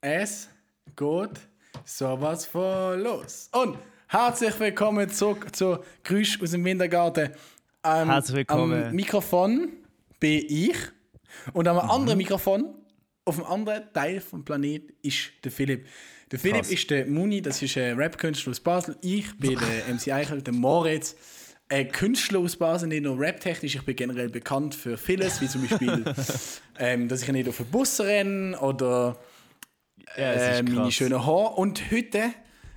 Es geht sowas von los. Und herzlich willkommen zurück zu Grüsch aus dem Wintergarten. Ähm, Herzlich willkommen. Mhm. Am Mikrofon bin ich. Und am anderen Mikrofon, auf dem anderen Teil vom Planet, ist der Philipp. Der Philipp Krass. ist der Muni, das ist ein Rap-Künstler aus Basel. Ich bin der MC Eichel, der Moritz. Ein Künstler aus Basel, nicht nur raptechnisch, ich bin generell bekannt für vieles, wie zum Beispiel, ähm, dass ich nicht auf den Bus renne oder Ja, äh, meine krass. schönen Haare. Und heute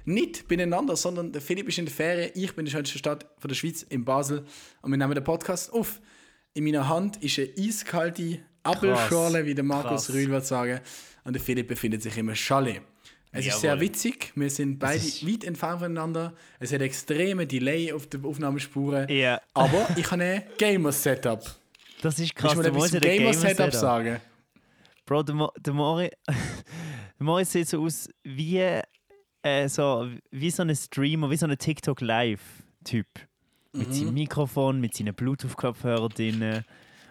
nicht beieinander, sondern der Philipp ist in der Ferien, ich bin in der schönsten Stadt von der Schweiz, in Basel. Und wir nehmen den Podcast auf. In meiner Hand ist eine eiskalte Apfelschorle, wie der Markus krass. Rühl würde sagen. Und der Philipp befindet sich im Chalet. Es ist Jawohl. sehr witzig, wir sind beide ist- weit entfernt voneinander. Es hat extreme Delay auf den Aufnahmespuren. Ja. Aber ich habe ein Gamer-Setup. Das ist krass. Kannst du mal etwas der Moritz zum hat ein Gamer-Setup Gamer-Setup. sagen? Bro, der, Mo der, Mori der Moritz sieht so aus wie, äh, so, wie so ein Streamer, wie so ein TikTok-Live-Typ. Mit Mhm. seinem Mikrofon, mit seinen Bluetooth-Kopfhörern drin.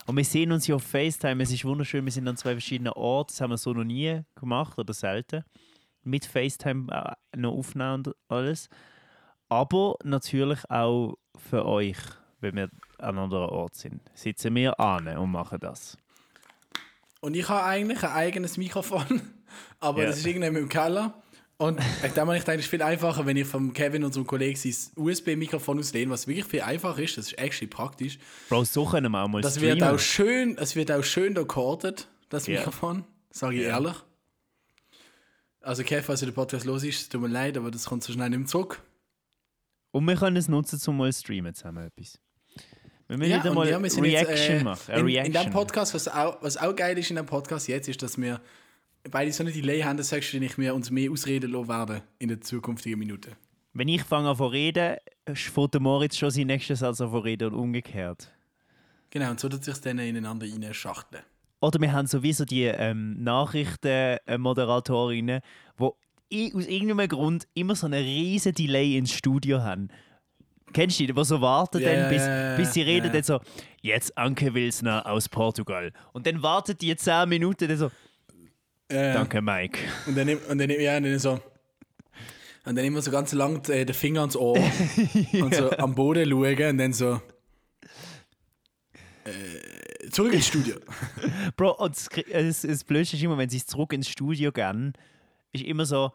Und wir sehen uns hier auf FaceTime. Es ist wunderschön. Wir sind an zwei verschiedenen Orten. Das haben wir so noch nie gemacht oder selten. Mit FaceTime äh, noch aufnehmen und alles. Aber natürlich auch für euch, wenn wir an einem anderen Ort sind. Sitzen wir an und machen das. Und ich habe eigentlich ein eigenes Mikrofon, aber Ja. das ist irgendwann im Keller. Und da meine ich denke, es ist viel einfacher, wenn ich vom Kevin, unserem Kollegen, sein USB-Mikrofon auslehne, was wirklich viel einfacher ist. Das ist actually praktisch. Bro, so können wir auch mal Das streamen. wird auch schön, es wird auch schön recorded, das Ja. Mikrofon, sage ich Ja. ehrlich. Also Kevin, falls du der Podcast los ist, es tut mir leid, aber das kommt so schnell nicht mehr zurück. Und wir können es nutzen, um mal streamen zusammen etwas. Wir müssen wieder und mal ja, wir eine sind Reaction jetzt, äh, machen. Eine In, in Reaction. dem Podcast, was auch, was auch geil ist in dem Podcast jetzt, ist, dass wir beide so eine Delay haben, dass sagst du, ich mir uns mehr ausreden lassen werden in den zukünftigen Minuten. Wenn ich fange an zu reden, fährt der Moritz schon seinen nächsten Satz an zu reden und umgekehrt. Genau, und so tut sich dann ineinander reinschachteln. Oder wir haben sowieso die ähm, Nachrichtenmoderatorinnen, die i- aus irgendeinem Grund immer so einen riesen Delay ins Studio haben. Kennst du die, die so warten Ja, dann, bis, ja, ja, ja, bis sie ja, reden, ja. dann so, jetzt Anke Wilsner aus Portugal. Und dann wartet die 10 Minuten, dann so, Äh, danke Mike. Und dann, nimm- und dann, nimm- ja, und dann so. Und dann immer so ganz lang äh, den Finger ans Ohr und so am Boden schauen und dann so. Äh, zurück ins Studio. Bro, und das, Kri- äh, das, das Blöde ist immer, wenn sie zurück ins Studio gehen, ist immer so,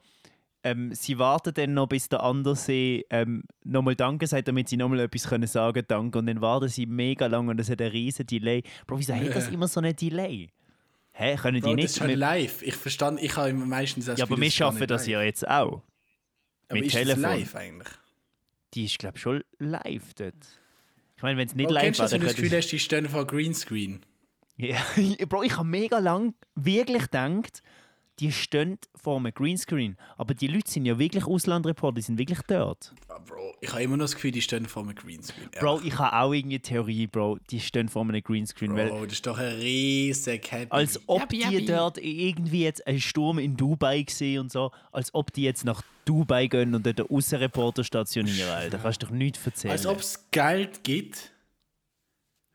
ähm, sie warten dann noch, bis der andere sie ähm, nochmal Danke sagt, damit sie nochmal etwas können sagen Danke. Und dann warten sie mega lange und es hat einen riesen Delay. Bro, wieso hat das immer so einen Delay? Hä, können Äh. die Bro, das nicht? ist halt Wir- live. Ich verstand, ich habe meistens das ja, aber Gefühl, wir das ist gar schaffen nicht das live. ja jetzt auch. Aber mit ist das Telefon. live eigentlich? Die ist, glaube ich, schon live dort. Ich meine, wenn es nicht Bro, live kennst du war, das, dann wenn du das könnte Gefühl hast, die stehen vor Greenscreen? Ja, Bro, ich habe mega lang wirklich gedacht, die stehen vor einem Greenscreen. Aber die Leute sind ja wirklich Auslandreporter, die sind wirklich dort. Ah, Bro, ich habe immer noch das Gefühl, die stehen vor einem Greenscreen. Bro, ich habe auch irgendeine Theorie, Bro, die stehen vor einem Greenscreen. Bro, Weil das ist doch ein riesen Cappy. als ob die dort irgendwie jetzt einen Sturm in Dubai gesehen und so, als ob die jetzt nach Dubai gehen und dort einen Außenreporter stationieren, Alter. Kannst du doch nichts erzählen. Als ob es Geld gibt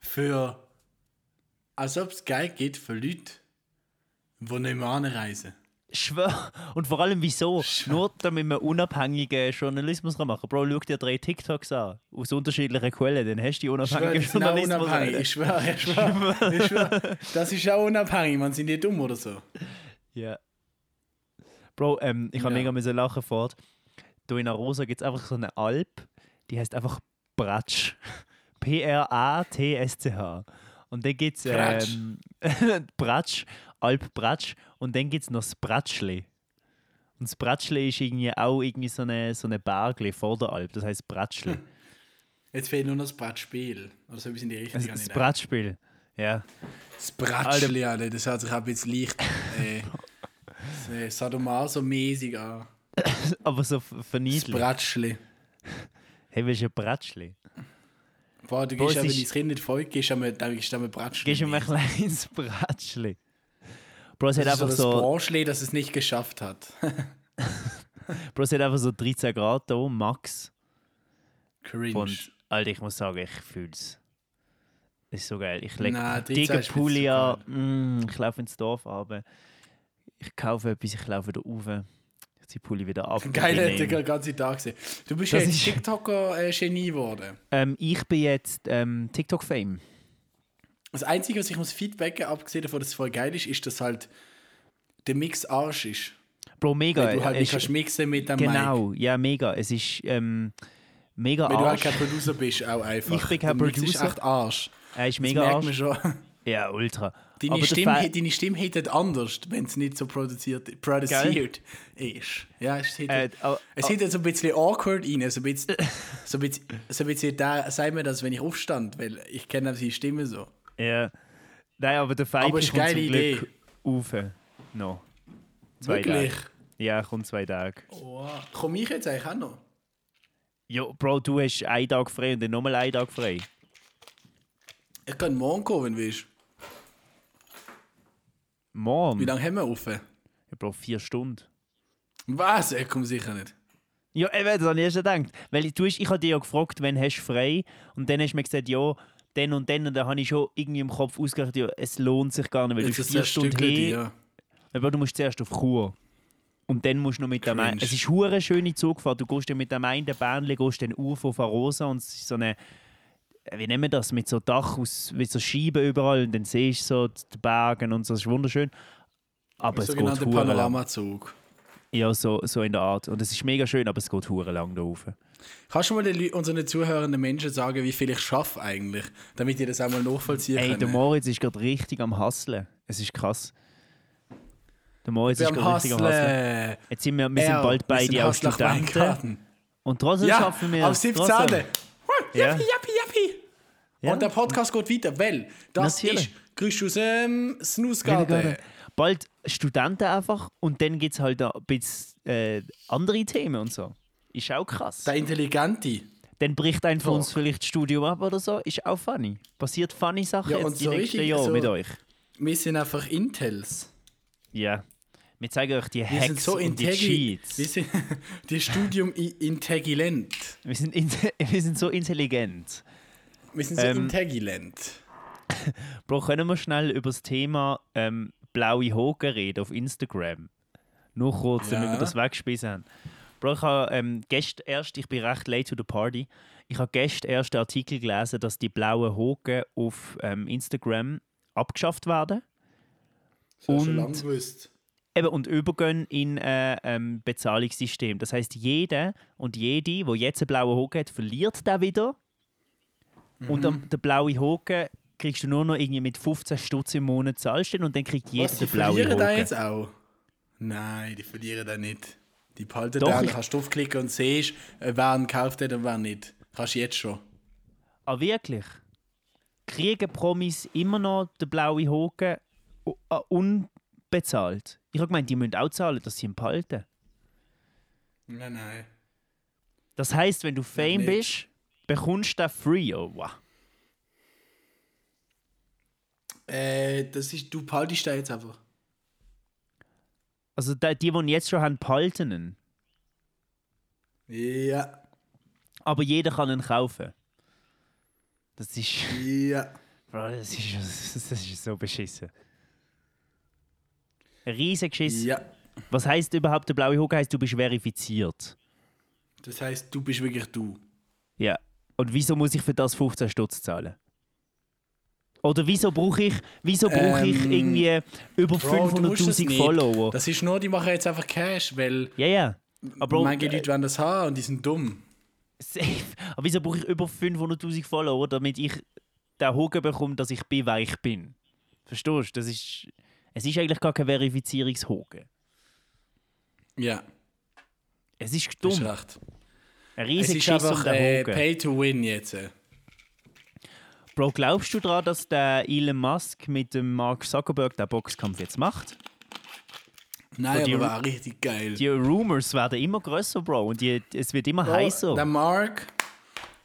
für. Als ob es Geld gibt für Leute, die nicht mehr anreisen. Schwör. Und vor allem wieso? Nur damit man unabhängigen Journalismus kann machen kann. Bro, schau dir drei TikToks an, aus unterschiedlichen Quellen, dann hast du die Ich schwöre, unabhängigen die sind auch Journalismus. unabhängig. Alter. Ich schwöre, ich schwöre. Ich schwöre. Das ist auch unabhängig, man sind nicht dumm oder so. Ja. Bro, ähm, ich habe Ja. mega müssen lachen fort. Du in Arosa gibt es einfach so eine Alp, die heißt einfach Bratsch. P-R-A-T-S-C-H. Und dann gibt es Bratsch. ähm, Bratsch, Alp Bratsch und dann gibt es noch das Bratschli. Und das Bratschli ist irgendwie auch irgendwie so eine, so eine Bergli vor der Alp, das heißt Bratschli. Hm. Jetzt fehlt nur noch das Brettspiel. Oder so ein bisschen die Richtung. Das, habe ich das gedacht. Bratschspiel. Ja. Das Bratschli, Alter, das hört sich auch ein bisschen leicht äh, so, äh, sadomaso-mäßig an. Aber so ver- Das verniedlich. Bratschli. Hey, willst du ein Bratschli? Boah, du Boah, gehst ja, es wenn ist- dein Kind nicht folgt, gehst du ja mit dann gehst du ja mit Bratschli. Gehst du mal ein kleines Bratschli? Bro, es hat Das ist einfach so das so. Bratschli, das es nicht geschafft hat. Bro, es hat einfach so 13 Grad hier, Max. Cringe. Und, Alter, ich muss sagen, ich fühl's. Ist so geil. Ich lege Nein, 13 dicken ist mir zu Pulli an, mm, ich laufe ins Dorf runter. ich kaufe etwas, ich laufe da rauf, ich ziehe Pulli wieder ab. Geil, ich hat nehme- den ganzen Tag gesehen. Du bist Das jetzt ist- TikToker-Genie äh, geworden. ähm, Ich bin jetzt ähm, TikTok-Fame. Das Einzige, was ich muss feedbacken, abgesehen davon, dass es voll geil ist, ist, dass halt der Mix Arsch ist. Bro, mega. Weil du halt äh, nicht es- kannst mixen mit dem Mic. Genau, ja, mega. Es ist ähm, mega Weil du halt Arsch. kein Producer bist, auch einfach. Ich bin kein Der Mix ist Producer. echt Arsch. Er ist Das mega merkt Arsch. man schon. Ja, ultra. Deine Aber der Stimme, Fa- hat- deine Stimme hittet anders, wenn es nicht so produziert, produziert ist. Ja, es hittet, Äh, au- es hittet so ein bisschen awkward rein, so ein bisschen, so ein bisschen, so ein bisschen da, sei mir das, wenn ich aufstand, weil ich kenne seine Stimme so. Ja. Nein, aber der Aber Vibe ist kommt geile zum Idee. Glück rauf. Noch. Zwei Wirklich? Tage. Ja, kommt zwei Tage. Wow. Komme ich jetzt eigentlich auch noch? Jo, Bro, du hast einen Tag frei und dann nochmal einen Tag frei. Ich kann morgen kommen, wenn du willst. Wie Morgen? lange haben wir offen? Ja, Bro, vier Stunden. Was? Ich komme sicher nicht. Ja, eben, das habe ich erst gedacht. Weil du hast, ich habe dich ja gefragt, wann hast du frei? Und dann hast du mir gesagt, ja, dann und dann. Und dann habe ich schon irgendwie im Kopf ausgerechnet, ja, es lohnt sich gar nicht, weil Jetzt du ist vier das Stunden Stück hin... ja. Aber du musst zuerst auf Chur. Und dann musst du noch mit dem Cringe. einen. Es ist hure schöne Zugfahrt. Du gehst dann mit dem einen Bähnchen, gehst dann auf auf Arosa und es ist so eine. äh, Wie nennen wir das? Mit so Dach aus, mit so Scheiben überall und dann siehst du so die Berge und so. Das ist wunderschön. Aber es geht Sogenannter hure lang. Panoramazug. Ja, so, so in der Art. Und es ist mega schön, aber es geht hure lang da rauf. Kannst du mal den Leu- unseren zuhörenden Menschen sagen, wie viel ich schaffe eigentlich, damit ihr das auch mal nachvollziehen Ey, der könnt? Moritz ist gerade richtig am Hustlen. Es ist krass. Der Moritz Wir ist am gerade richtig am Hustlen. Hustlen. Jetzt sind wir, wir sind Ja, bald wir sind beide auch Hustler Studenten. Weingarten. Und trotzdem Ja, schaffen wir auf es. 17. Trotzdem. Ja. Jappi, jappi, jappi. Ja. Und der Podcast geht weiter, weil das Natürlich. ist Grüß aus dem Snooze-Garten. Kindergarten. Bald Studenten einfach und dann gibt es halt ein bisschen äh, andere Themen und so. Ist auch krass. Der Intelligente. Dann bricht ein von uns Fuck. vielleicht das Studium ab oder so. Ist auch funny. Passiert funny Sachen Ja, und jetzt die so nächsten richtig Jahre so- mit euch. Wir sind einfach Intels. Ja. Wir zeigen euch die Wir sind Hacks so und die intelligent. Cheats. Wir sind die Studium i- intelligent. Wir sind, inte- wir sind so intelligent. Wir sind so Ähm. intelligent. Bro, können wir schnell über das Thema ähm, blaue Haken reden auf Instagram? Nur kurz, damit Ja. wir das weggespissen haben. Bro, ich habe ähm, gestern erst, ich bin recht late to the party, ich habe gestern erst einen Artikel gelesen, dass die blauen Haken auf ähm, Instagram abgeschafft werden Das hast du schon Und- lange gewusst. eben, und übergehen in ein ähm, Bezahlungssystem. Das heißt, jeder und jede, wo jetzt einen blauen Haken hat, verliert den wieder. Mhm. Und am, den blauen Haken kriegst du nur noch irgendwie mit 15 Stutz im Monat zahlst du den und dann kriegt jeder Was, die den blauen verlieren da Haken. jetzt auch? Nein, die verlieren da nicht. Die behalten Doch, da, dann ich- kannst du draufklicken und siehst, äh, wer ihn gekauft hat und wer nicht. Kannst du jetzt schon. Ah, wirklich? Kriegen Promis immer noch den blauen Haken u- ah, unbezahlt? Ich habe gemeint, die müssen auch zahlen, dass sie ihn behalten. Nein, nein. Das heißt, wenn du Fame nicht. bist, bekommst du den free. Oh, wow. Äh, das ist, du behaltest da jetzt einfach. Also die, die ihn jetzt schon haben, behalten ihn. Ja, Aber jeder kann ihn kaufen. Das ist. ja. Bro, das ist, das ist so beschissen. Riesig Schiss. Ja. Was heißt überhaupt der blaue Hook? Heißt, du bist verifiziert. Das heißt, du bist wirklich du. Ja. Und wieso muss ich für das 15 Stutz zahlen? Oder wieso brauche ich, wieso brauche ich Ähm, irgendwie über Bro, du musst das 500.000 nicht. Follower? Das ist nur, die machen jetzt einfach Cash, weil Ja, ja. Aber, äh, Bro, manche Leute wollen das haben und die sind dumm. safe. Aber wieso brauche ich über 500.000 Follower, damit ich den Hogan bekomme, dass ich bin, wer ich bin? Verstehst du? Das ist, es ist eigentlich gar kein Verifizierungshogen. Ja, Es ist du hast dumm. recht. Ein Es riesiger ist Schiss um einfach den äh, Hogan. Pay to Win jetzt. äh. Bro, glaubst du daran, dass der Elon Musk mit dem Mark Zuckerberg den Boxkampf jetzt macht? Nein, die- aber war richtig geil. Die Rumors werden immer größer, Bro. Und die, es wird immer heißer. Der Mark,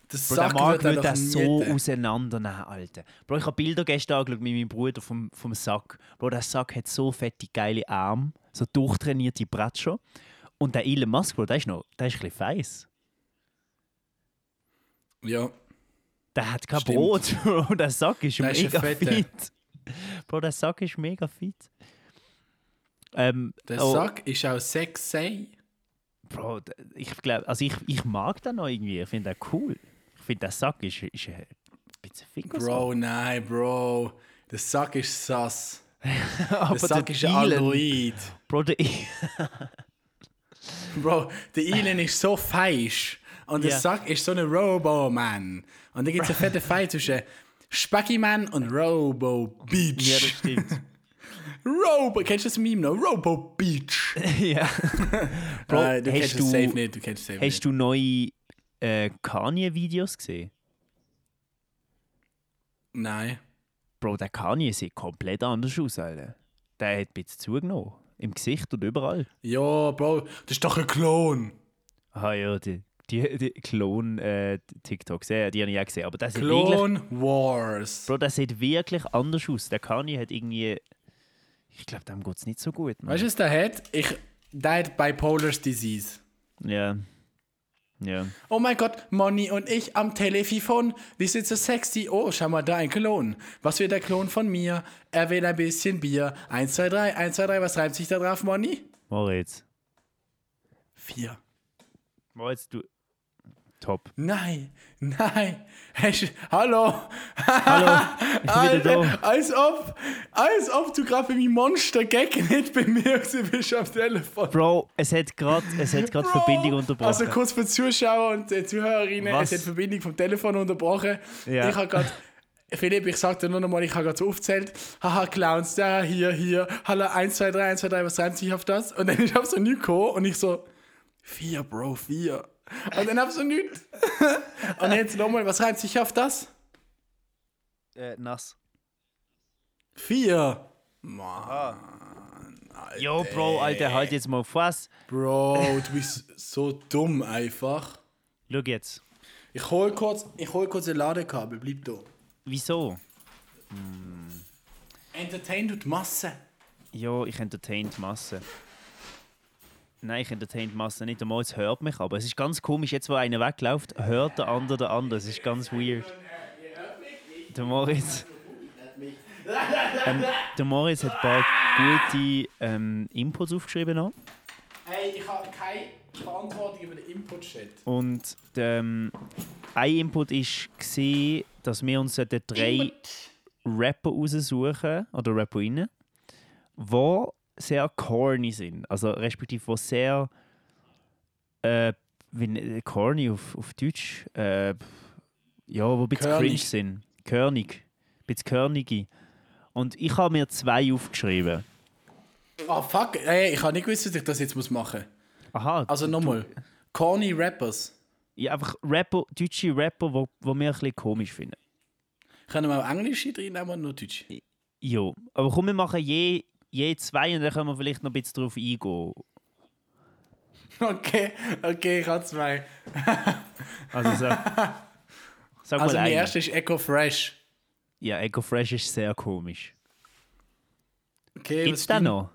das Bro, der Sack Markt er wird doch das so mieten. auseinandernehmen, Alter. Bro, ich habe Bilder gestern angeschaut mit meinem Bruder vom, vom Sack. Bro, der Sack hat so fette, geile Arme, so durchtrainierte Bratscher. Und der Elon Musk, Bro, der ist noch, der ist ein bisschen feiss. Ja, Der hat kein Stimmt. Brot, Bro. Der Sack ist Der ist ein mega Fetter. fit. Bro, der Sack ist mega fit. Ähm, Der oh, Sack ist auch sexy. Bro, d- ich glaube, also ich, ich mag den noch irgendwie. Ich finde den cool. Ich finde, der Sack ist, ist ein bisschen Finger. Bro, nein, Bro. Der Sack ist sass. Der aber Sack ist ein Dylan- Android. Bro, der, Bro, der Elon ist so feisch. Und der Ja. Sack ist so ein Robo-Man. Und da gibt es einen fetten Fight zwischen Spacki-Man und ja, das Robo-Beach. stimmt. Robo, kennst du das Meme noch? Robo-Beach. ja. Bro, Äh, du hast, kennst es safe du, nicht, du kennst es safe hast nicht. du neue äh, Kanye-Videos gesehen? Nein. Bro, der Kanye sieht komplett anders aus, Alter. Der hat ein bisschen zugenommen. Im Gesicht und überall. Ja, Bro, das ist doch ein Klon. Ah ja, die, die, die Klon-TikToks, äh, die habe ich auch gesehen. Aber das sieht wirklich, Clone Wars. Bro, das sieht wirklich anders aus. Der Kanye hat irgendwie... Ich glaube, dem geht es nicht so gut. Mann. Weißt du, was der hat? Ich, der hat Bipolar's Disease. Ja. Ja. Oh mein Gott, Moni und ich am Telefon. Wir sind so sexy. Oh, schau mal, da ein Klon. Was wird der Klon von mir? Er will ein bisschen Bier. 1, 2, 3, 1, 2, 3. Was reimt sich da drauf, Moni? Moritz. 4. Moritz, du... Top. Nein, nein. Hash- Hallo. Hallo, ich bin wieder da. Alter, als ob, als ob du gerade bei meinem Monster-Gag nicht bemerkt bist am Telefon. Bro, es hat gerade grad Bro! Verbindung unterbrochen. Also kurz für die Zuschauer und äh, Zuhörerinnen, Was? es hat die Verbindung vom Telefon unterbrochen. Ja. Ich habe gerade, Philipp, ich sag dir nur noch mal, ich habe gerade so aufgezählt, haha, Clowns, da, hier, hier, hallo, 1, 2, 3, 1, 2, 3, was reimt sich auf das? Und dann ich habe so nichts gekommen und ich so, 4, Bro, 4. Und dann habe so nichts. Und jetzt nochmal, was reimt sich auf das? äh, nass. 4. Mann, Yo, Bro, Alter, halt jetzt mal Fass. Bro, du bist so dumm einfach. Schau jetzt. Ich hol kurz, ich hol kurz ein Ladekabel, bleib da. Wieso? Entertain du die Masse. Ja, ich entertain die Masse. Nein, ich entertain die Masse nicht. Der Moritz hört mich, aber es ist ganz komisch, jetzt wo einer wegläuft, hört der andere den anderen. Es ist ganz weird. Der Moritz... ähm, der Moritz hat ein paar gute ähm, Inputs aufgeschrieben. Noch. Hey, ich habe keine Verantwortung über den Input-Chat. Und ähm, ein Input war, dass wir uns sollten drei Rapper raussuchen oder Rapperinnen, die sehr corny sind. Also respektive, die sehr äh, wie, ne- corny auf, auf Deutsch, äh, ja, wo ein bisschen Körnig. cringe sind. Körnig. Ein bisschen körnige. Und ich habe mir zwei aufgeschrieben. Ah, fuck. Ey, ich habe nicht gewusst, dass ich das jetzt muss machen muss. Aha, Also nochmal. Corny Rappers. ja, einfach Rapper, deutsche Rapper, die wo, wo wir ein bisschen komisch finden. Können wir auch Englisch reinnehmen oder nur Deutsch? Ja, aber komm, wir machen je, je zwei und dann können wir vielleicht noch ein bisschen drauf eingehen. Okay, okay, ich habe zwei. Also, so, sag Also mal mein einen. erster ist Echo Fresh. Ja, Echo Fresh ist sehr komisch. Okay, Gibt's was da du- noch?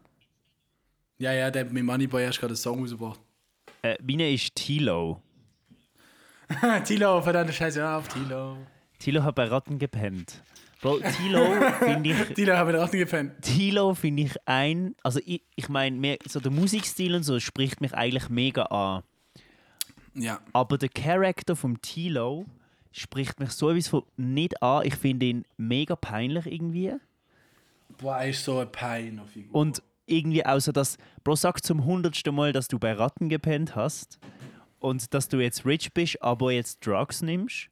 Ja, ja, der hat mit Moneyboy erst gerade einen Song rausgebracht. Äh, meine ist Tilo. Tilo, verdammt, scheiße auf, Tilo. Tilo hat bei Ratten gepennt. Bro, Tilo finde ich, Tilo, habe ich auch nicht gefunden. Tilo finde ich ein, also ich, ich meine, so der Musikstil und so spricht mich eigentlich mega an. Ja. Aber der Charakter vom Tilo spricht mich so etwas von nicht an. Ich finde ihn mega peinlich irgendwie. Boah, er ist so ein Pein auf Figur. Und irgendwie außer dass Bro sagt zum hundertsten Mal, dass du bei Ratten gepennt hast und dass du jetzt rich bist, aber jetzt Drugs nimmst.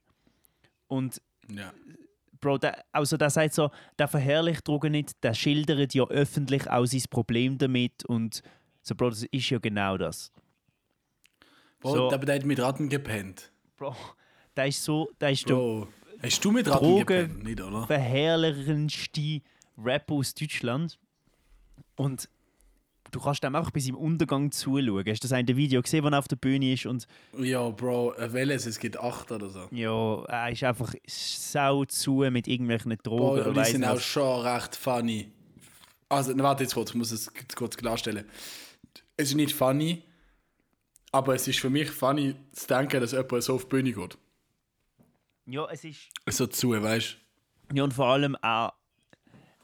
Und Ja. Bro, der, also der sagt so, der verherrlicht Drogen nicht, der schildert ja öffentlich auch sein Problem damit und so, Bro, das ist ja genau das. Bro, So. aber der hat mit Ratten gepennt. Bro, der ist so, der ist der Bro, hast du mit Ratten Drogen- gepennt? Nicht, oder? verherrlichende Rapper aus Deutschland. Und du kannst dem einfach bis im Untergang zuschauen. Hast du das eine Video gesehen, wo er auf der Bühne ist und Ja, Bro, äh, welches? Es gibt acht oder so. Ja, er ist einfach sau zu mit irgendwelchen Drogen Boah, oder und die nou weiss sind nicht auch was. schon recht funny. Also, na, warte jetzt kurz, ich muss es k- kurz klarstellen. Es ist nicht funny, aber es ist für mich funny zu denken, dass jemand so auf die Bühne geht. Ja, es ist. So zu, weißt Ja, und vor allem auch.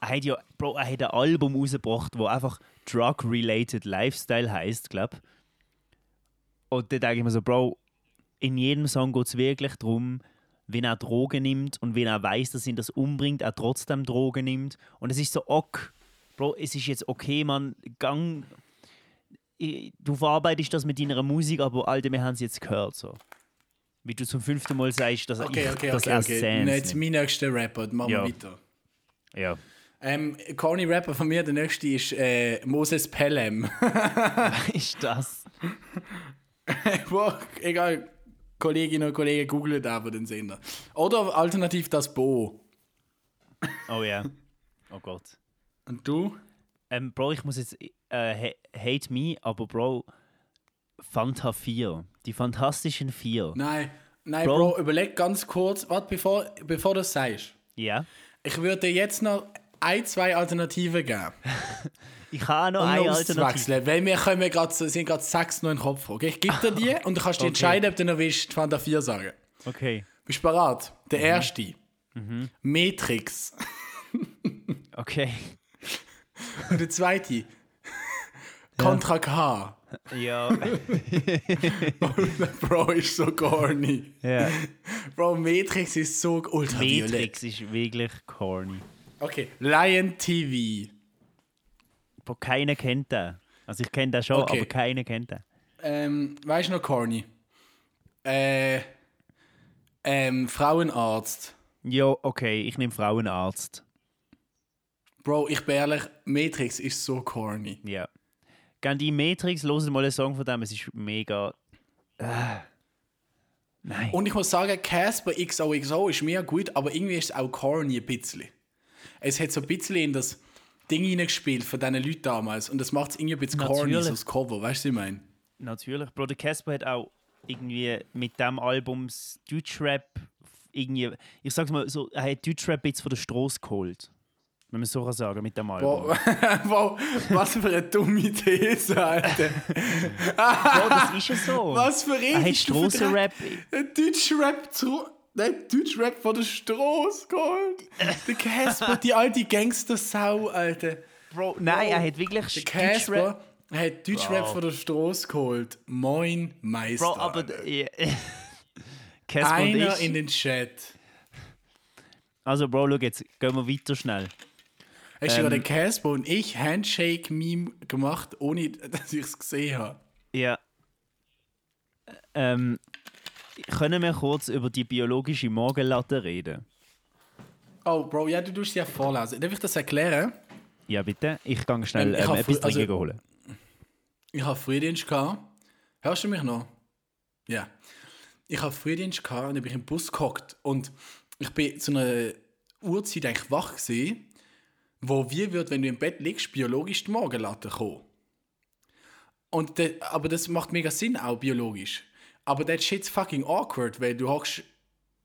Er hat ja, Bro, er hat ein Album rausgebracht, wo einfach Drug-Related Lifestyle heißt, glaube Und dann denke ich mir so, Bro, in jedem Song geht es wirklich darum, wenn er Drogen nimmt und wenn er weiß, dass ihn das umbringt, er trotzdem Drogen nimmt. Und es ist so, ok, Bro, es ist jetzt okay, Mann, gang. Ich- Du verarbeitest das mit deiner Musik, aber Alter, wir haben es jetzt gehört. So. Wie du zum fünften Mal sagst, dass Okay, ich, okay, dass okay. er okay. Sans Nein, jetzt nimmt. mein nächster Rapper, dann machen Ja. wir weiter. Ja. Ähm, corny Rapper von mir, der nächste ist äh, Moses Pelham. ist das? Boah, egal, Kolleginnen und Kollegen, googelt aber den Sender. Oder alternativ das Bo. Oh ja. Oh Gott. Und du? Ähm, Bro, ich muss jetzt. Äh, ha- hate me, aber Bro. Fanta 4. Die fantastischen vier. Nein, nein, Bro, Bro. überleg ganz kurz, warte, bevor, bevor du das sagst. Ja. Ich würde dir jetzt noch ein, zwei Alternativen geben. Ich habe noch Um eine noch Alternative. auszuwechseln, weil wir kommen grad, so- sind gerade sechs noch in den Kopf. Okay? Ich gebe dir die und du kannst dich entscheiden, ob du noch willst, Fanta 4 sagen. Okay. Bist du bereit? Der Mhm. erste. Matrix. Okay. Und der zweite. Contra K. Ja. Bro, ist so corny. ja. Bro, Matrix ist so ultraviolett. Matrix ist wirklich corny. Okay, Lion TV. Bro, keiner kennt den. Also ich kenne den schon, Okay. aber keiner kennt den. Ähm, weißt du noch corny? Äh, ähm, Frauenarzt. Ja, okay, ich nehme Frauenarzt. Bro, ich bin ehrlich, Matrix ist so corny. Ja. Gandhi Matrix, los mal einen Song von dem, es ist mega. Ah. Nein. Und ich muss sagen, Casper XOXO ist mir gut, aber irgendwie ist es auch corny ein bisschen. Es hat so ein bisschen in das Ding hineingespielt von diesen Leuten damals und das macht es irgendwie ein bisschen corny, Natürlich. so das Cover, weißt du, was ich meine? Natürlich. Bruder Casper hat auch irgendwie mit dem Album das Deutschrap irgendwie, ich sag's mal so, er hat Deutschrap jetzt von der Straße geholt. Wenn man so kann sagen, mit dem Album. Wow, wow, was für eine dumme These, Alter. Ja, das ist ja so. Was für Er hat richtig Strassenrap. Deutschrap zu. Nein, Deutschrap von der Straße geholt. Der Casper, die alte Gangster-Sau, Alter. Bro, nein, er hat Der wirklich Deutschrap. Casper hat Deutschrap Wow. von der Straße geholt. Moin, Meister. Bro, aber. Alter. ja. Casper und Einer ich. in den Chat. Also, Bro, schau jetzt, gehen wir weiter schnell. Hast Ähm. du gerade den Casper und ich Handshake-Meme gemacht, ohne dass ich es gesehen habe? Ja. Ähm, können wir kurz über die biologische Morgenlatte reden? Oh, Bro, ja, du tust ja vorlesen. Darf ich das erklären? Ja, bitte. Ich gehe schnell Ähm, ich ähm, hab etwas frü- also- trinken holen. Ich habe Frühdienst gehabt. Hörst du mich noch? Ja. Ich habe Frühdienst gehabt und dann bin ich im Bus gehockt. Und ich bin zu einer Uhrzeit eigentlich wach gewesen, wo wie wird, wenn du im Bett liegst, biologisch die Morgenlatte kommen. Und de, aber das macht mega Sinn auch biologisch. Aber that shit's fucking awkward, weil du hockst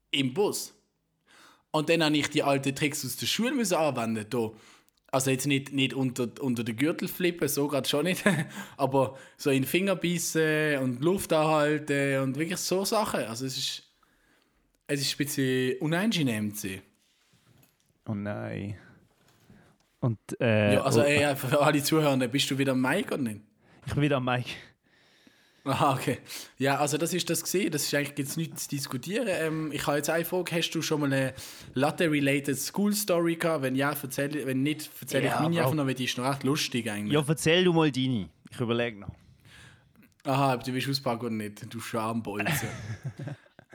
im Bus. Und dann habe ich die alten Tricks aus der Schule müssen anwenden. Da. Also jetzt nicht, nicht unter, unter den Gürtel flippen, so gerade schon nicht. Aber so in den Finger beißen und Luft anhalten und wirklich so Sachen. Also es ist, es ist ein bisschen unangenehm zu sein. Oh nein. Und, äh, Ja, also oh, ey, ja, für alle Zuhörenden, bist du wieder Mike oder nicht? ich bin wieder am Mike. Aha, okay. Ja, also das ist das gesehen. Das ist eigentlich jetzt nichts zu diskutieren. Ähm, ich habe jetzt eine Frage. Hast du schon mal eine Latte-related School-Story gehabt? Wenn ja, erzähl, wenn nicht, erzähle Ja, ich meine Bro. einfach noch, weil die ist noch recht lustig eigentlich. Ja, erzähl du mal deine. Ich überlege noch. Aha, ob du willst auspacken oder nicht, du Schambolzen.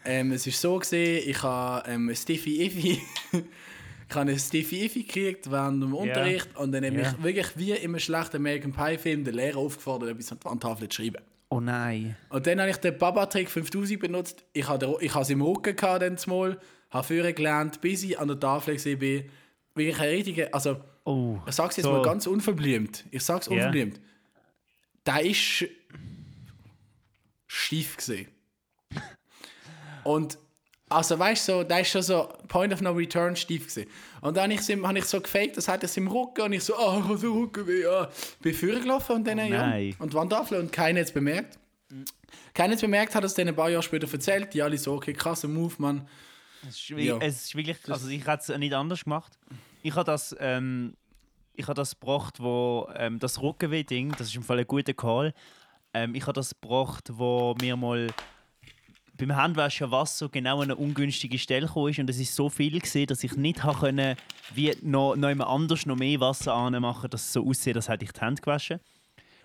ähm, es ist so gesehen, ich habe ähm, eine Stiffy Iffy. ich habe eine Stiffy Iffy gekriegt während dem Unterricht und dann habe Ja. ich wirklich wie im schlechten American Pie Film den Lehrer aufgefordert, etwas an die Wandtafel zu schreiben. Oh nein. Und dann habe ich den Baba-Trick 5000 benutzt. Ich habe den- ich habe es im Rücken gehabt, dann mal, habe vorher gelernt, bis ich an der Tafel war. Wirklich ein richtiger, also... Oh. Ich sag's jetzt So. mal ganz unverblümt. Ich sag's Ja. unverblümt. Da ist schief gesehen. Und also weißt du, so, da ist schon so Point of No Return schief gesehen. Und dann habe ich, hab ich so gefaked, das hat es im Rücken und ich so, ah, ich habe so Rücken weh, ah. Bin vorgelaufen und dann, ja. Oh nein. Und Wandafel und keiner hat's bemerkt. Keiner hat's bemerkt, hat es dann ein paar Jahre später erzählt. Die alle so, okay, krasser Move, Mann. Es ist, wirklich- Ja. es ist wirklich, also ich hätte es nicht anders gemacht. Ich habe das ähm, ich habe das gebracht, wo ähm, das Rückenweh-Ding, das ist im Fall ein guter Call. Ähm, ich habe das gebracht, wo mir mal beim Handwaschen Wasser genau an eine ungünstige Stelle gekommen ist und es ist so viel gewesen, dass ich nicht habe können, wie noch, noch jemand anders noch mehr Wasser anmachen, dass es so aussieht, als hätte ich die Hände gewaschen.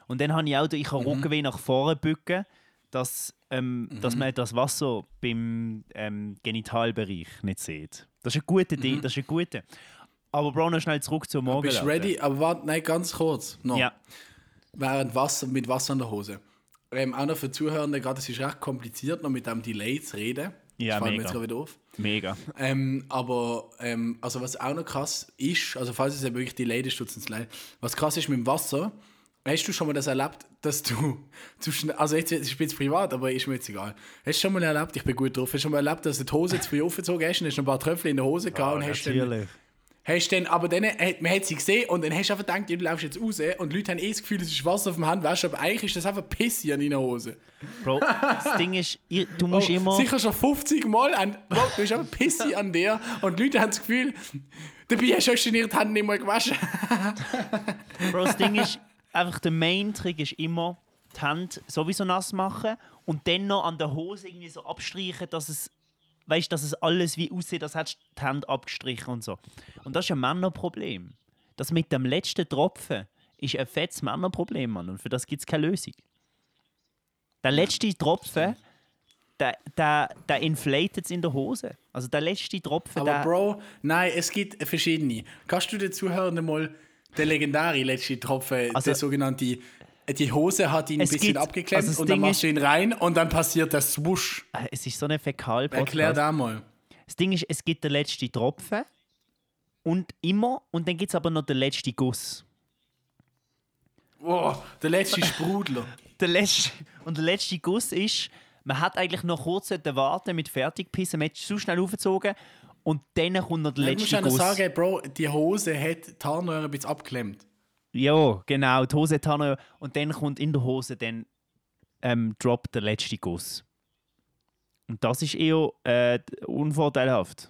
Und dann habe ich auch ich Mhm. habe Rückenweh nach vorne bücken, dass, ähm, dass man das Wasser beim ähm, Genitalbereich nicht sieht. Das ist ein guter Ding, das ist ein guter. Aber Bro, noch schnell zurück zur Morgen. Bist Mhm. du ready? Aber warte, nein, ganz kurz. Noch. Ja. während Wasser mit Wasser in der Hose. Ähm, auch noch für Zuhörende, gerade es ist recht kompliziert, noch mit dem Delay zu reden. das Ja, fällt mir mega. jetzt gerade wieder auf. Mega. Ähm, aber ähm, also was auch noch krass ist, also falls es ja wirklich Delayed ist, tut's uns leid. Was krass ist mit dem Wasser, hast du schon mal das erlebt, dass du zu schnell, also jetzt ich bin jetzt privat, aber ist mir jetzt egal. Hast du schon mal erlebt, ich bin gut drauf, hast du schon mal erlebt, dass du die Hose zu früh aufgezogen hast und hast noch ein paar Tröpfchen in der Hose Ah, gehabt und hast dann Hast dann, aber dann, äh, man hat sie gesehen und dann hast du einfach gedacht, ja, du läufst jetzt raus und die Leute haben eh das Gefühl, es ist Wasser auf dem Handwaschen, aber eigentlich ist das einfach Piss hier an deiner Hose. Bro, das Ding ist, ich, du musst immer. Oh, Sicher schon 50 Mal an, Bro, du bist einfach Piss hier an dir und die Leute haben das Gefühl, dabei hast du schon ihre Hand nicht mal gewaschen. Bro, das Ding ist, einfach der Main-Trick ist immer, die Hände sowieso nass machen und dann noch an der Hose irgendwie so abstreichen, dass es, weißt, dass es alles wie aussieht, als hättest du die Hände abgestrichen und so. Und das ist ein Männerproblem. Das mit dem letzten Tropfen ist ein fettes Männerproblem, Mann. Und für das gibt es keine Lösung. Der letzte Tropfen, der, der, der inflatet es in der Hose. Also der letzte Tropfen, Aber der... Bro, nein, es gibt verschiedene. Kannst du den Zuhörern mal den legendären letzten Tropfen, Also- der sogenannte, die Hose hat ihn ein Es bisschen gibt- abgeklemmt also das und dann Ding machst du ihn rein und dann passiert das Swoosh. Äh, Es ist so eine fäkal Erklär da mal. Das Ding ist, es gibt den letzten Tropfen und immer und dann gibt es aber noch den letzten Guss. Wow, der letzte Sprudler. Der letzte, und der letzte Guss ist, man hat eigentlich noch kurz sollten warten mit Fertigpissen, man hat zu schnell aufgezogen und dann kommt noch der Ich muss letzte schon Guss. sagen, Bro, die Hose hat die Harnröhre ein bisschen abgeklemmt. Ja, genau, die Hose hat auch noch, und dann kommt in der Hose dann ähm, droppt der letzte Guss. Und das ist eher äh, unvorteilhaft.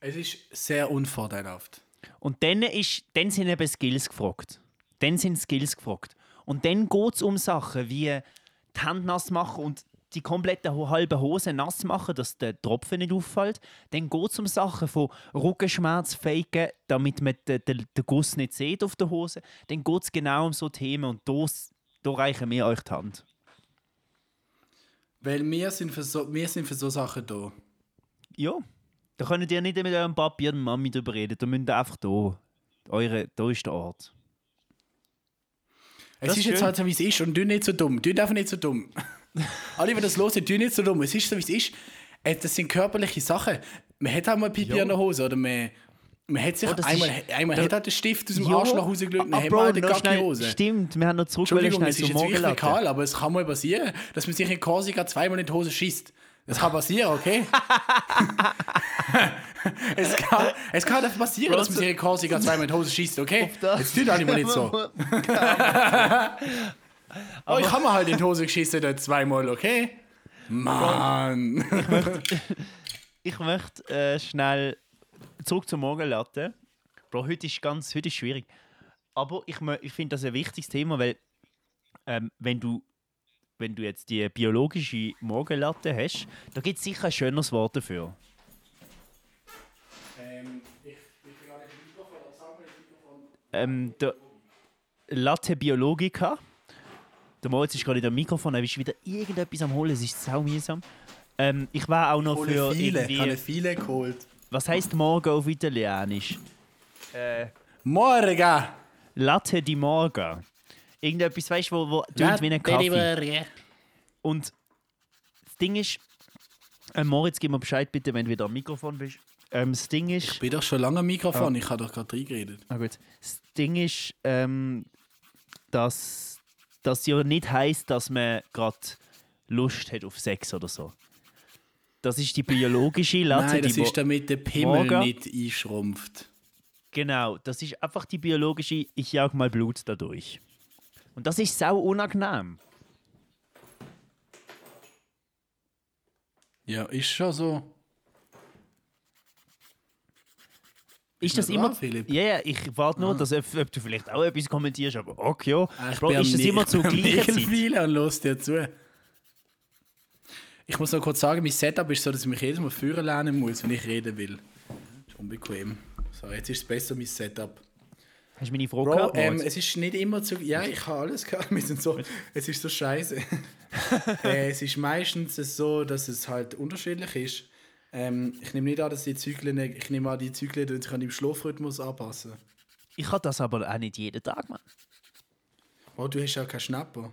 Es ist sehr unvorteilhaft. Und dann, ist, dann sind eben Skills gefragt. Dann sind Skills gefragt. Und dann geht es um Sachen wie die Hände nass machen und die komplette ho- halbe Hose nass machen, dass der Tropfen nicht auffällt. Dann geht es um Sachen von Rückenschmerz faken, damit man den, den, den Guss nicht sieht auf der Hose. Dann geht es genau um so Themen und da, da reichen wir euch die Hand. Weil wir sind für so, wir sind für so Sachen da. Ja, da könnt ihr nicht mit eurem Papi und Mami drüber reden. Da müsst ihr einfach da. Eure, da ist der Ort. Es Das ist ist jetzt schön. halt so, wie es ist und du nicht so dumm. Du darfst nicht so dumm. Alle, die das hören, du nicht so dumm. Es ist so, wie es ist. Äh, Das sind körperliche Sachen. Man hat auch mal Pipi Ja. an der Hose oder man, man hat sich Oh, das einmal, ist- einmal hat halt den Stift aus dem Ja, Arsch nach Hause gelegt und ah, hat Bro, mal eine noch Gacki in die schnell- Hose. Stimmt, wir haben noch zurück wollen Entschuldigung, schnell es ist zum jetzt wirklich Morgenlatte. lokal, aber es kann mal passieren, dass man sich in Korsika zweimal in die Hose schießt. Das kann passieren, okay? es, kann, es kann einfach passieren, dass man sich in Korsika zweimal in die Hose schießt, okay? Jetzt tut auch nicht mal nicht so. Oh, ich habe mir halt in die Hose geschissen, dort zweimal, okay? Mann. Ich möchte äh, schnell zurück zum Morgenlatte. Bro, heute ist ganz, heute ist schwierig. Aber ich, mö- ich finde das ein wichtiges Thema, weil ähm, wenn du wenn du jetzt die biologische Morgenlatte hast, da gibt es sicher ein schöneres Wort dafür. Ähm, der Latte Biologica. Der Moritz ist gerade in dem Mikrofon, er ist wieder irgendetwas am holen, es ist sau mühsam. Ähm, ich war auch noch für irgendwie... viele geholt. Was heißt morgen auf Italienisch? Morgen. Latte di Morga. Irgendetwas, weißt du, wo, wo tönt wie ein Kaffee. Und das Ding ist, äh, Moritz, gib mir Bescheid bitte, wenn du wieder am Mikrofon bist. Ähm, das Ding ist, Bin doch schon lange am Mikrofon, ich habe doch gerade reingeredet. ah, gut. Das Ding ist, ähm, dass das ja nicht heißt, dass man gerade Lust hat auf Sex oder so. Das ist die biologische Latte Nein, das di Mo- ist damit der Pimmel Morgen. nicht einschrumpft. Genau, das ist einfach die biologische, ich jag mal Blut dadurch. Und das ist sau unangenehm. Ja, ist schon so. Ist das noch dran, immer. Philipp? Ja, ja, ich warte nur, dass, ob, ob du vielleicht auch etwas kommentierst, aber okay, ja. Ah, ich Bro, bin am ist das Nä- immer zur ich bin am gleichen Zeit? Nägelfeilen und los dir zu. Ich muss noch kurz sagen, mein Setup ist so, dass ich mich jedes Mal führen lernen muss, wenn ich reden will. Ist unbequem. So, jetzt ist es besser, mein Setup. Hast du meine Frage Bro, gehabt? ähm, Moritz? es ist nicht immer zu. Ja, ich habe alles gehabt. Wir sind so, es ist so scheiße. äh, es ist meistens so, dass es halt unterschiedlich ist. Ähm, ich nehme nicht an, dass die Zyklen. Ich nehme an, die Zyklen die sich an deinem Schlafrhythmus anpassen. ich habe das aber auch nicht jeden Tag, Mann. Oh, du hast ja keinen Schnapper.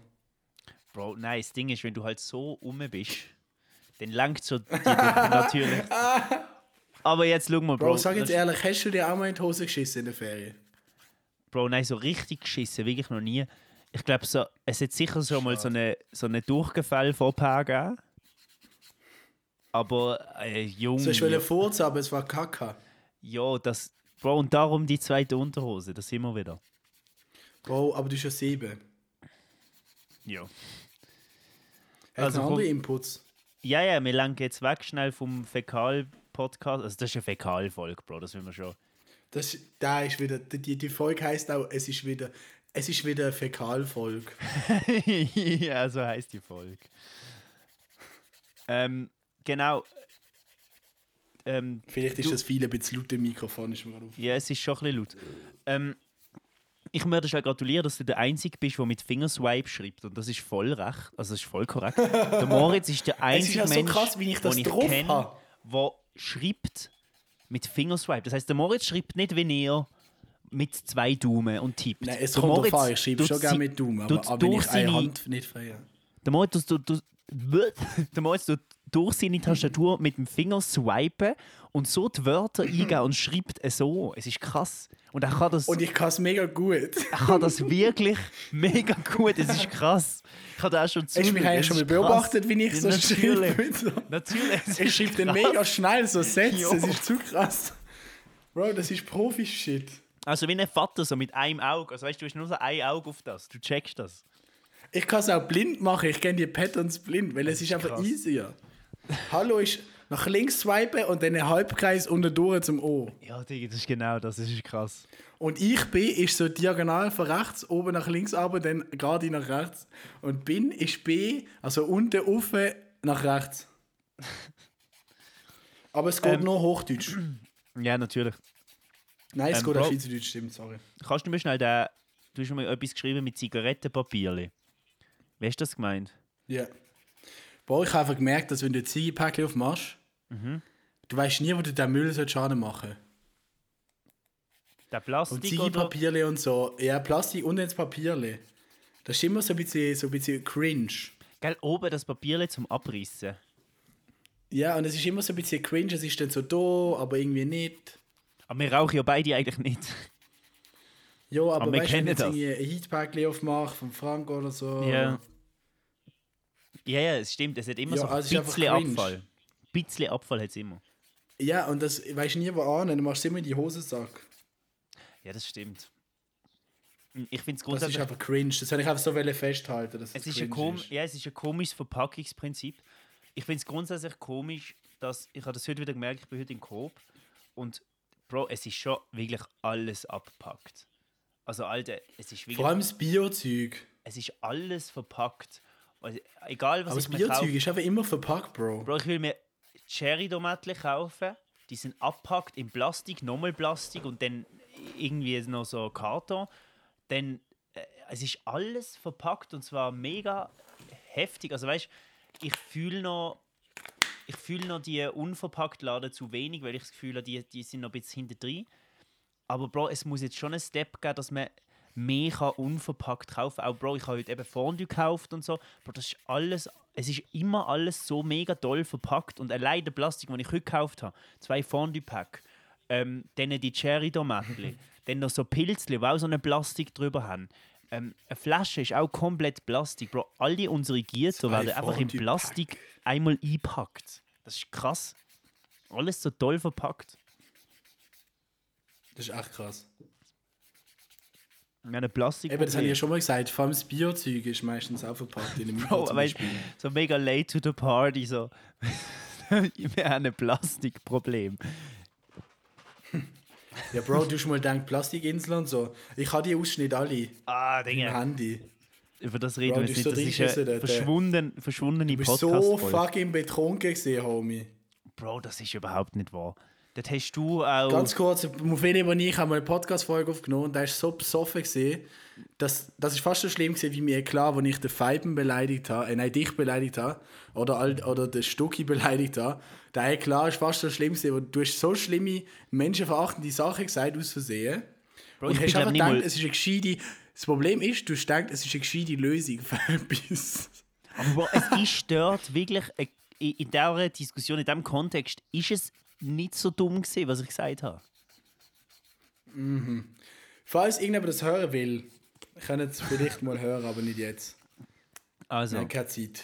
Bro, nein, das Ding ist, wenn du halt so rum bist, dann langt so die natürlich. Aber jetzt schau mal, Bro. Bro, sag jetzt das- ehrlich, hast du dir auch mal in die Hose geschissen in der Ferien? Bro, nein, so richtig geschissen, wirklich noch nie. Ich glaube, so, es hat sicher schon mal so einen so eine Durchgefall vor ein paar gegeben. Aber, äh, Junge. Du hast wollen furzen, aber es war Kacke. ja, das. Bro, und darum die zweite Unterhose, das sind wir wieder. Bro, aber du bist ja sieben. Ja. Hast Also also, komm- andere Inputs? Ja, ja, wir langen jetzt weg schnell vom Fäkal-Podcast. Also, das ist eine Fäkal-Folge, Bro, das will man schon. Das, da ist wieder, die, die Folge heißt auch, es ist wieder, es ist wieder eine Fäkalfolge. ja, so heißt die Folge. Ähm, genau. Ähm, Vielleicht ist Du- das viele ein bisschen laut im Mikrofon, ist mir gerade auf. ja, es ist schon ein bisschen laut. Ähm, ich möchte schon gratulieren, dass du der Einzige bist, der mit Fingerswipe schreibt. Und das ist voll recht. Also, das ist voll korrekt. Der Moritz ist der einzige auch so Mensch, krass, wie ich das den drauf kenne, habe. der schreibt mit Fingerswipe. Das heißt, der Moritz schreibt nicht wie er mit zwei Daumen und tippt. Nein, es Der kommt Moritz drauf an, ich schreibe tut schon si- gerne mit Daumen, aber, tut aber wenn durch ich eine seine- Hand nicht frei habe. Der Moritz, du, du, der Moritz tut durch seine Tastatur mit dem Finger swipen und so die Wörter eingeben und schreibt es so. Es ist krass. Und er kann das, Und ich kann es mega gut. er kann das wirklich mega gut. Es ist krass. Ich habe das auch schon zu Hast du mich eigentlich schon mal beobachtet, wie ich so schreibe? So. Natürlich. es Ich ist schreibe dann krass. mega schnell so Sätze, Jo. das ist zu krass. Bro, das ist Profi-Shit. Also wie ein Vater, so mit einem Auge. Also weißt du, du hast nur so ein Auge auf das. Du checkst das. Ich kann es auch blind machen, ich kenne die Patterns blind, weil es ist einfach krass. easier. Hallo ist nach links swipen und dann einen Halbkreis unten durch zum O. Ja, Digga, das ist genau das. Das ist krass. Und ich bin ist so diagonal von rechts, oben nach links, aber dann gerade nach rechts. Und bin ist B, also unten auf nach rechts. Aber es Ähm, geht nur Hochdeutsch. Ja, natürlich. Nein, es ähm, geht auch Bro. Schweizerdeutsch, stimmt, sorry. Kannst du mir schnell den. Du hast schon mal etwas geschrieben mit Zigarettenpapierli. Wie hast du das gemeint? Ja. Boah, ich habe einfach gemerkt, dass wenn du ein Ziegepäckchen aufmachst, Mhm. du weißt nie, wo du den Müll sollst hin machen Der Und Plastik oder? Ziegelpapierle und so. Ja, Plastik und ins Papierle. Das ist immer so ein bisschen, so ein bisschen cringe. Gell, oben das Papierli zum Abrissen. Ja, und es ist immer so ein bisschen cringe. Es ist dann so da, aber irgendwie nicht. Aber wir rauchen ja beide eigentlich nicht. Ja, aber, wir weißt du, wenn kennen ich jetzt das. irgendwie ein Heatpack aufmache von Frank oder so. Ja. Ja, ja, es stimmt. Es hat immer Ja, so ein also es ist einfach bisschen cringe. Abfall. Ein bisschen Abfall hat es immer. Ja, und das weißt du nie, wo an. Dann machst du es immer in die Hosensack. Ja, das stimmt. Ich finde es Das ist grundsätzlich. einfach cringe. Das wollte ich einfach so wollen festhalten. Dass Es es ist, cringe ein kom ja, es ist ein komisches Verpackungsprinzip. Ich finde es grundsätzlich komisch, dass ich habe das heute wieder gemerkt, ich bin heute in Coop und Bro, es ist schon wirklich alles abgepackt. Also Alter, es ist Vor wirklich, allem das Biozeug. es ist alles verpackt. Also, egal was Aber das ich mir Biozeug kaufe. ist einfach immer verpackt, Bro. Bro, ich will mir Cherry Tomaten kaufen, die sind abgepackt in Plastik, nochmal Plastik und dann irgendwie noch so Karton. Dann äh, es ist alles verpackt und zwar mega heftig. Also weißt, ich fühle noch ich fühle noch die unverpackt Laden zu wenig, weil ich das Gefühl habe, die, die sind noch ein bisschen hinten drin. Aber Bro, es muss jetzt schon einen Step geben, dass man mehr kann unverpackt kaufen kann. Auch Bro, ich habe heute eben Fondue gekauft und so. Bro, das ist alles, es ist immer alles so mega toll verpackt. Und allein der Plastik, den ich heute gekauft habe, zwei Fondue-Pack, ähm, dann die Cherry-Tomaten, dann noch so Pilzli, die auch so eine Plastik drüber haben. Ähm, eine Flasche ist auch komplett Plastik. Bro, all die unsere Gitter Zwei werden einfach in Fondue-Pack. Plastik einmal eingepackt. Das ist krass. Alles so toll verpackt. Das ist echt krass. Wir haben eine Plastik. Eben, das habe ich ja schon mal gesagt. Vor allem das Biozeug ist meistens auch verpackt in einem Mikro Oh, zum weißt, Beispiel. so mega late to the party, so. Wir haben ein Plastikproblem. Ja, Bro, du hast mal gedacht, Plastikinseln und so. Ich habe die Ausschnitte alle Ah, im Dinge. Handy. Über das reden Bro, wir jetzt du nicht. Das bist so ist reingeschissen, eine Alter. verschwunden, verschwundene Du bist so Podcast-Folge. fucking betrunken gewesen, Homie. Bro, das ist überhaupt nicht wahr. Dort hast du auch... Ganz kurz, Mufeli und ich haben mal eine Podcast-Folge aufgenommen und da war so besoffen, gewesen, dass das ist fast so schlimm gewesen, wie mir klar, wo ich den Feiben beleidigt habe, äh, nein, dich beleidigt habe, oder, all- oder den Stucki beleidigt habe. Der eine klar ist fast so schlimm gewesen, wo du hast so schlimme, menschenverachtende Sachen gesagt, aus Versehen. Bro, und hast ich bin, glaub, einfach nicht gedacht, mal- es ist eine gescheite... Das Problem ist, du hast gedacht, es ist eine gescheite Lösung für etwas. Aber Bro, es ist dort wirklich, äh, in, in dieser Diskussion, in diesem Kontext, ist es nicht so dumm gewesen, was ich gesagt habe. Falls irgendjemand das hören will, können es vielleicht mal hören, aber nicht jetzt. Also, Ja. Keine Zeit.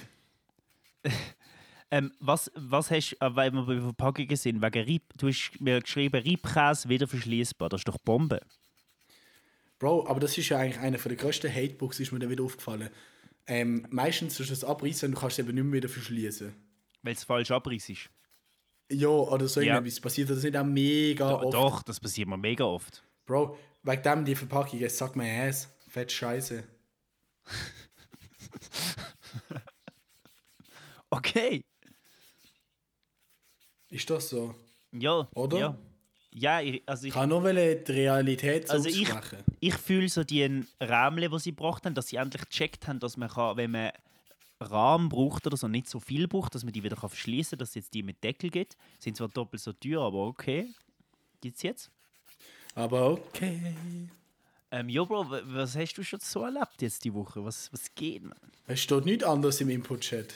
ähm, was, was hast du, äh, weil wir bei Verpackungen sind, wegen Rieb, du hast mir geschrieben, Riebkäse wieder verschließbar, das ist doch Bombe. Bro, aber das ist ja eigentlich einer der grössten Hatebooks, ist mir dann wieder aufgefallen. Ähm, meistens ist es abreißen und du kannst es eben nicht mehr wieder verschließen. Weil es falsch abriss ist. Ja, oder so Ja. irgendwas. Passiert das nicht auch mega Do- oft? Oh, Doch, das passiert mir mega oft. Bro, wegen dem die Verpackung, jetzt sag mir Ass. Fett Scheiße. Okay. Ist das so? Ja. Oder? Ja, ja ich, also ich, Ich kann nur wollen, die Realität so Also ich- aussprechen. ich fühle so die Rahmen, die sie gebracht haben, dass sie endlich gecheckt haben, dass man, kann, wenn man Rahmen braucht oder so, nicht so viel braucht, dass man die wieder kann verschließen kann, dass es jetzt die mit Deckel gibt. Sind zwar doppelt so teuer, aber okay. Gibt's jetzt? Aber okay. Ähm, jo, Bro, wa- was hast du schon so erlebt jetzt die Woche? Was, was geht? Man? Es steht nichts anderes im Input-Chat.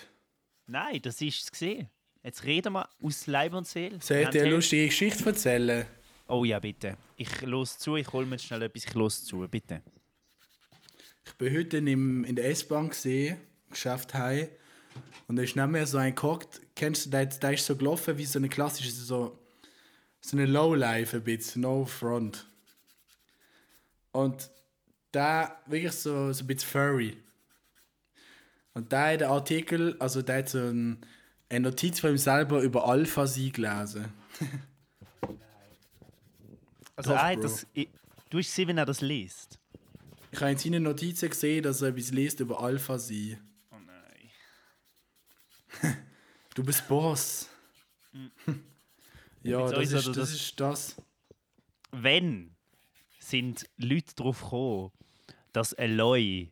Nein, das ist es gesehen. Jetzt reden wir aus Leib und Soll Seele. ich Wir dir haben- eine lustige Geschichte erzählen? Oh ja, bitte. Ich los zu, ich hole mir jetzt schnell etwas, ich los zu, bitte. Ich bin heute im, in der S-Bahn gesehen, geschafft heim. Und da ist nicht mehr so ein gehockt. Kennst du, der, der ist so gelaufen wie so eine klassische, so, so eine Lowlife ein bisschen, no front. Und da wirklich so, so ein bisschen furry. Und da hat der Artikel, also da hat so ein, eine Notiz von ihm selber über Alpha-Sie gelesen. Also, Doch, ah, Also, Bro. das, ich, du hast gesehen, wenn er das liest. Ich habe in seinen Notizen gesehen, dass er etwas liest über Alpha-Sie. Oh nein. Du bist Boss. Hm. ja, Mit das uns, ist, oder das das- ist das. wenn sind Leute drauf gekommen, dass Eloy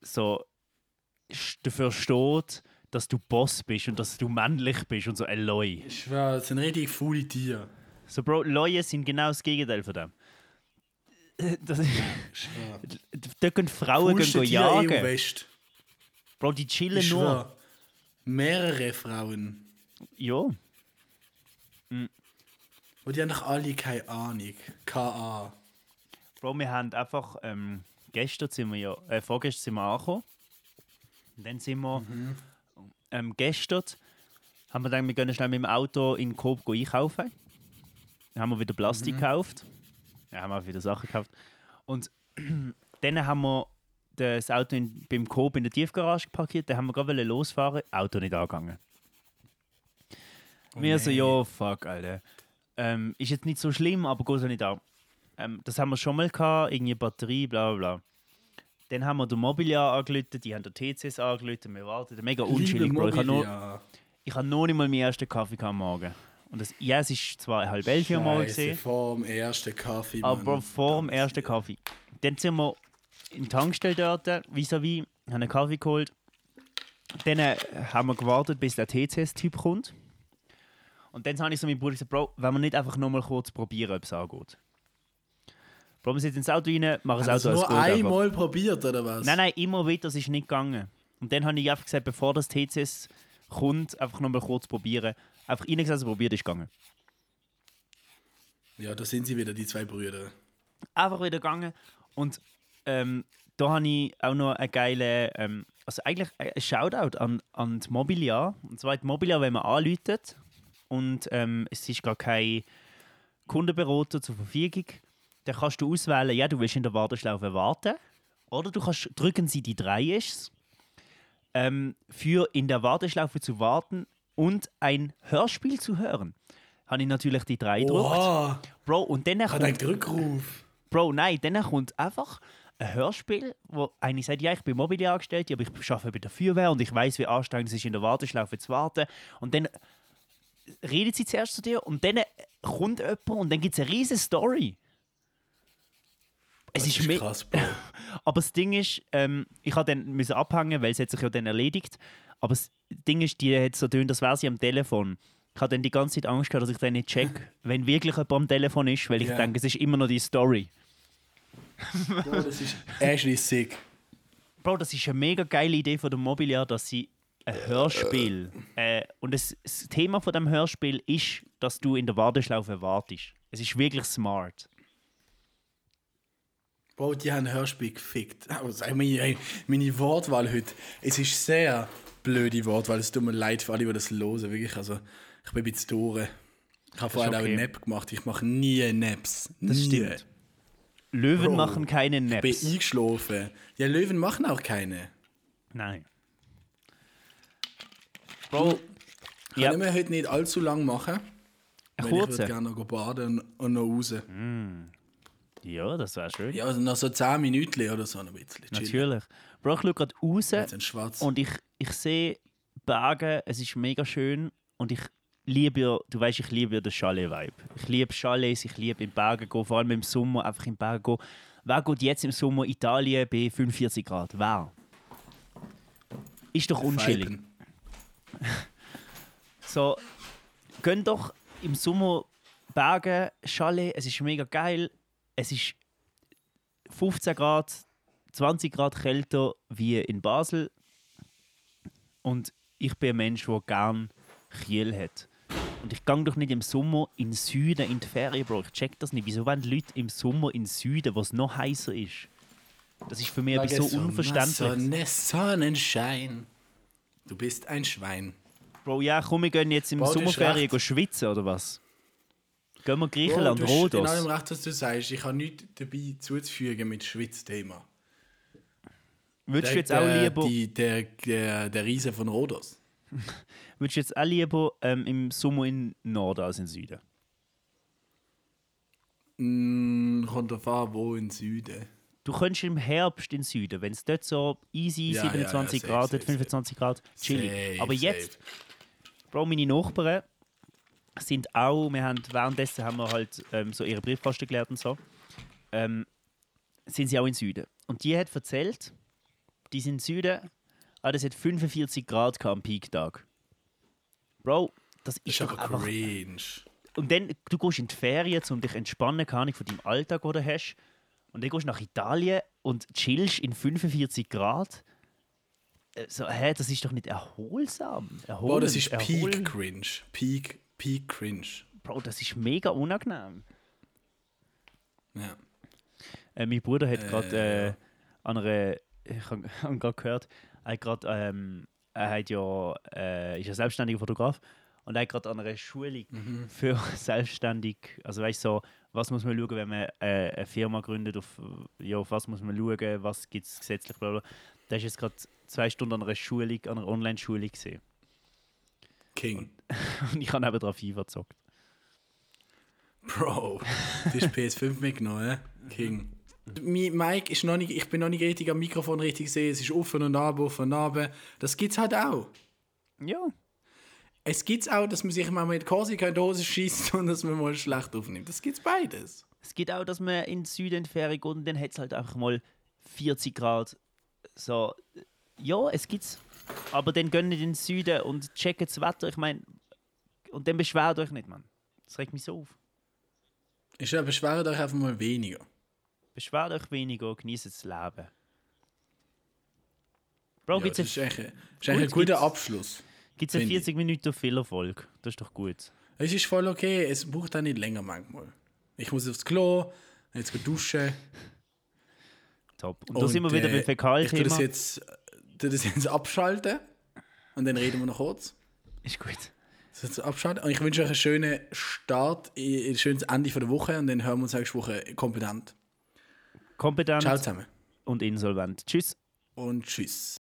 so sch- dafür steht, dass du Boss bist und dass du männlich bist und so Eloy. Ich schwör, das sind richtig faule Tiere. So Bro, Leute sind genau das Gegenteil von dem. Das, Ich schwör. da können Frauen gehen Faulste gehen Tiere im jagen. West. Bro, die chillen Ich nur. schwör. Mehrere Frauen. Ja. Und die haben doch alle keine Ahnung. K.A. Bro, wir haben einfach ähm, gestern sind wir ja, äh, vorgestern sind wir angekommen. Und dann sind wir ähm, gestern, haben wir gedacht, wir gehen schnell mit dem Auto in den Coop go einkaufen. Dann haben wir wieder Plastik gekauft. Dann haben wir auch wieder Sachen gekauft. Und dann haben wir das Auto in, beim Coop in der Tiefgarage parkiert. Dann haben wir gerade wollen losfahren, Auto nicht angegangen. wir so, nein. ja, fuck, Alter. Ähm, ist jetzt nicht so schlimm, aber geht so nicht an. Ähm, das haben wir schon mal gehabt, irgendwie Batterie, bla bla bla. Dann haben wir den Mobiliar angelötet, die haben den TCS angelötet, wir warten. Mega unschillig, Bro. Ich habe noch, Mobilia. ich hab noch nicht mal meinen ersten Kaffee gehabt am Morgen. Und das, ja, es ist zwar halb elf Uhr mal Scheisse, gesehen, vor dem ersten Kaffee. aber Mann. vor dem ersten Kaffee. Dann sind wir in die Tankstelle dort, vis-à-vis, haben einen Kaffee geholt. Dann äh, haben wir gewartet, bis der TCS-Typ kommt. Und dann habe ich so meinem Bruder gesagt, Bro, wenn wir nicht einfach nochmal kurz probieren, ob es angeht. Bro, wir sind ins Auto rein, machen Also, das Hast du Auto als nur gut einfach. einmal probiert, oder was? Nein, nein, immer wieder, das ist nicht gegangen. Und dann habe ich einfach gesagt, bevor das TCS kommt, einfach nochmal kurz probieren. Einfach reingesessen, probiert, ist gegangen. Ja, da sind sie wieder, die zwei Brüder. einfach wieder gegangen. Und ähm, da habe ich auch noch einen geilen, ähm, also eigentlich ein Shoutout an, an die Mobiliar. Und zwar die Mobiliar, wenn man anläutet und ähm, es ist gar kein Kundenberater zur Verfügung, dann kannst du auswählen, ja, du willst in der Warteschlaufe warten. Oder du kannst drücken sie die drei ist ähm, für in der Warteschlaufe zu warten und ein Hörspiel zu hören. habe ich natürlich die drei gedruckt. Wow, Bro, und dann hat einen kommt, Rückruf. Bro, nein, dann kommt einfach ein Hörspiel, wo einer sagt, ja, ich bin Mobiliar angestellt, ja, aber ich arbeite bei der Feuerwehr und ich weiß, wie anstrengend es ist, in der Warteschlaufe zu warten. Und dann redet sie zuerst zu dir und dann kommt jemand und dann gibt es eine riesige Story. Es Das ist, ist me- krass, Bro. aber das Ding ist, ähm, ich habe dann müssen abhängen, weil es hat sich ja dann erledigt. Aber das Ding ist, die hat so dünn, das wäre sie am Telefon. Ich habe dann die ganze Zeit Angst gehabt, dass ich dann nicht check, wenn wirklich jemand am Telefon ist, weil ich Ja. denke, es ist immer noch die Story. Bro, das ist actually sick. Bro, das ist eine mega geile Idee von der Mobiliar, dass sie ein Hörspiel äh, und das, das Thema von dem Hörspiel ist, dass du in der Warteschlaufe wartest. Es ist wirklich smart. Bro, die haben Hörspiel gefickt. Also, ich meine, meine Wortwahl heute. Es ist sehr blöde Wortwahl. Es tut mir leid für alle, die das hören. Wirklich, also, ich bin ein bisschen durch. Ich habe vorher auch okay. einen Nap gemacht. Ich mache nie Naps. Das nie. stimmt. Löwen Bro, machen keine Ich bin Naps. eingeschlafen. Ja, Löwen machen auch keine. Nein. Bro, ja, Können wir heute nicht allzu lang machen? Weil ich würde kurze. gerne noch baden und, und noch raus. Mhm. Ja, das wäre schön. Ja, also noch so 10 Minuten oder so noch ein bisschen. Chill. Natürlich. Bro, ich schaue gerade raus Jetzt ein Schwarz. und ich, ich sehe Berge, es ist mega schön und ich liebe ja, du weißt, ich liebe ja den Chalet-Vibe. Ich liebe Chalets, ich liebe in Bergen gehen, vor allem im Sommer einfach in Bergen gehen. Wer geht jetzt im Sommer Italien bei 45 Grad? Wer? Ist doch unschillig. Viben. So, gehen doch im Sommer Berge, Chalet, es ist mega geil. Es ist 15 Grad, 20 Grad kälter wie in Basel. Und ich bin ein Mensch, der gern Kiel hat. Und ich gehe doch nicht im Sommer in den Süden, in die Ferien, Bro. Ich check das nicht. Wieso wollen die Leute im Sommer in den Süden, wo es noch heißer ist? Das ist für mich etwas so unverständlich. Sonne, Sonnenschein. Du bist ein Schwein. Bro, ja, komm, wir gehen jetzt im Bro, du hast Sommerferien recht. go schwitzen, oder was? Gehen wir Griechenland, Bro, Oh, Du hast in Rhodos. allem recht, was du sagst. Ich habe nichts dabei zuzufügen mit Schwitzthema. Würdest du jetzt auch Der- lieber, Die, der, der, der Riese von Rhodos. würdest du jetzt auch lieber ähm, im Sommer in den Norden als in den Süden? Mm, kommt drauf an, wo im Süden. Du könntest im Herbst in den Süden, wenn es dort so easy Ja, ja, ja, 27 safe, Grad safe, hat, 25 Grad, chillig. Safe, Aber jetzt, safe. Bro, meine Nachbarn sind auch, wir haben währenddessen haben wir halt ähm, so ihre Briefkasten gelernt und so, ähm, sind sie auch in den Süden. Und die hat erzählt, die sind im Süden, aber es hat 45 Grad gehabt am Peak-Tag. Bro, das ist, Das ist doch aber einfach cringe. Und dann, du gehst in die Ferien, um dich entspannen, keine Ahnung, von deinem Alltag, den du hast. Und dann gehst du nach Italien und chillst in 45 Grad. Äh, So, hä, das ist doch nicht erholsam. Erholend, Boah, das ist Peak erholend. Cringe. Peak, Peak Cringe. Bro, das ist mega unangenehm. Ja. Äh, mein Bruder hat gerade äh, an einer, ich habe gerade gehört, er hat gerade, ähm, er hat ja, äh, ist ja selbstständiger Fotograf und er hat gerade an einer Schulung für selbstständig, also weißt du, so, was muss man schauen, wenn man äh, eine Firma gründet, auf, ja, auf was muss man schauen, was gibt es gesetzlich, bla bla. Da ist jetzt gerade zwei Stunden an einer Schulung, an einer Online-Schulung gesehen King. und ich habe eben drauf FIFA gezockt. Bro, du hast PS5 mitgenommen, hä? King. Mein Mike ist noch nicht, ich bin noch nicht richtig am Mikrofon richtig gesehen. Es ist offen und ab, offen und ab. Das gibt's halt auch. Ja. Es gibt's auch, dass man sich mal mit Korsika in die Hose schießt und dass man mal schlecht aufnimmt. Das gibt's beides. Es gibt auch, dass man in den Süden fährt und dann hat es halt einfach mal 40 Grad. So, ja, es gibt's. Aber dann gehen nicht in den Süden und checken das Wetter. Ich meine, und dann beschwert euch nicht, Mann. Das regt mich so auf. Ich ja, beschwere euch einfach mal weniger. Beschwert euch weniger, genießt das Leben. Bro, Ja, gibt's das gibt ist eigentlich, das ist eigentlich ein Gut, guter gibt's- Abschluss. es eine finde ich. 40 Minuten Fehlerfolge? Das ist doch gut. Es ist voll okay, es braucht auch nicht länger manchmal. Ich muss aufs Klo, jetzt gehen duschen. Top. Und, da sind wir wieder äh, beim Ich tu das Fäkalthema. jetzt, tu das jetzt abschalten und dann reden wir noch kurz. Ist gut. Das jetzt abschalten. Und ich wünsche euch einen schönen Start, ein schönes Ende von der Woche und dann hören wir uns nächste Woche kompetent. Kompetent Ciao zusammen und insolvent. Tschüss. und tschüss.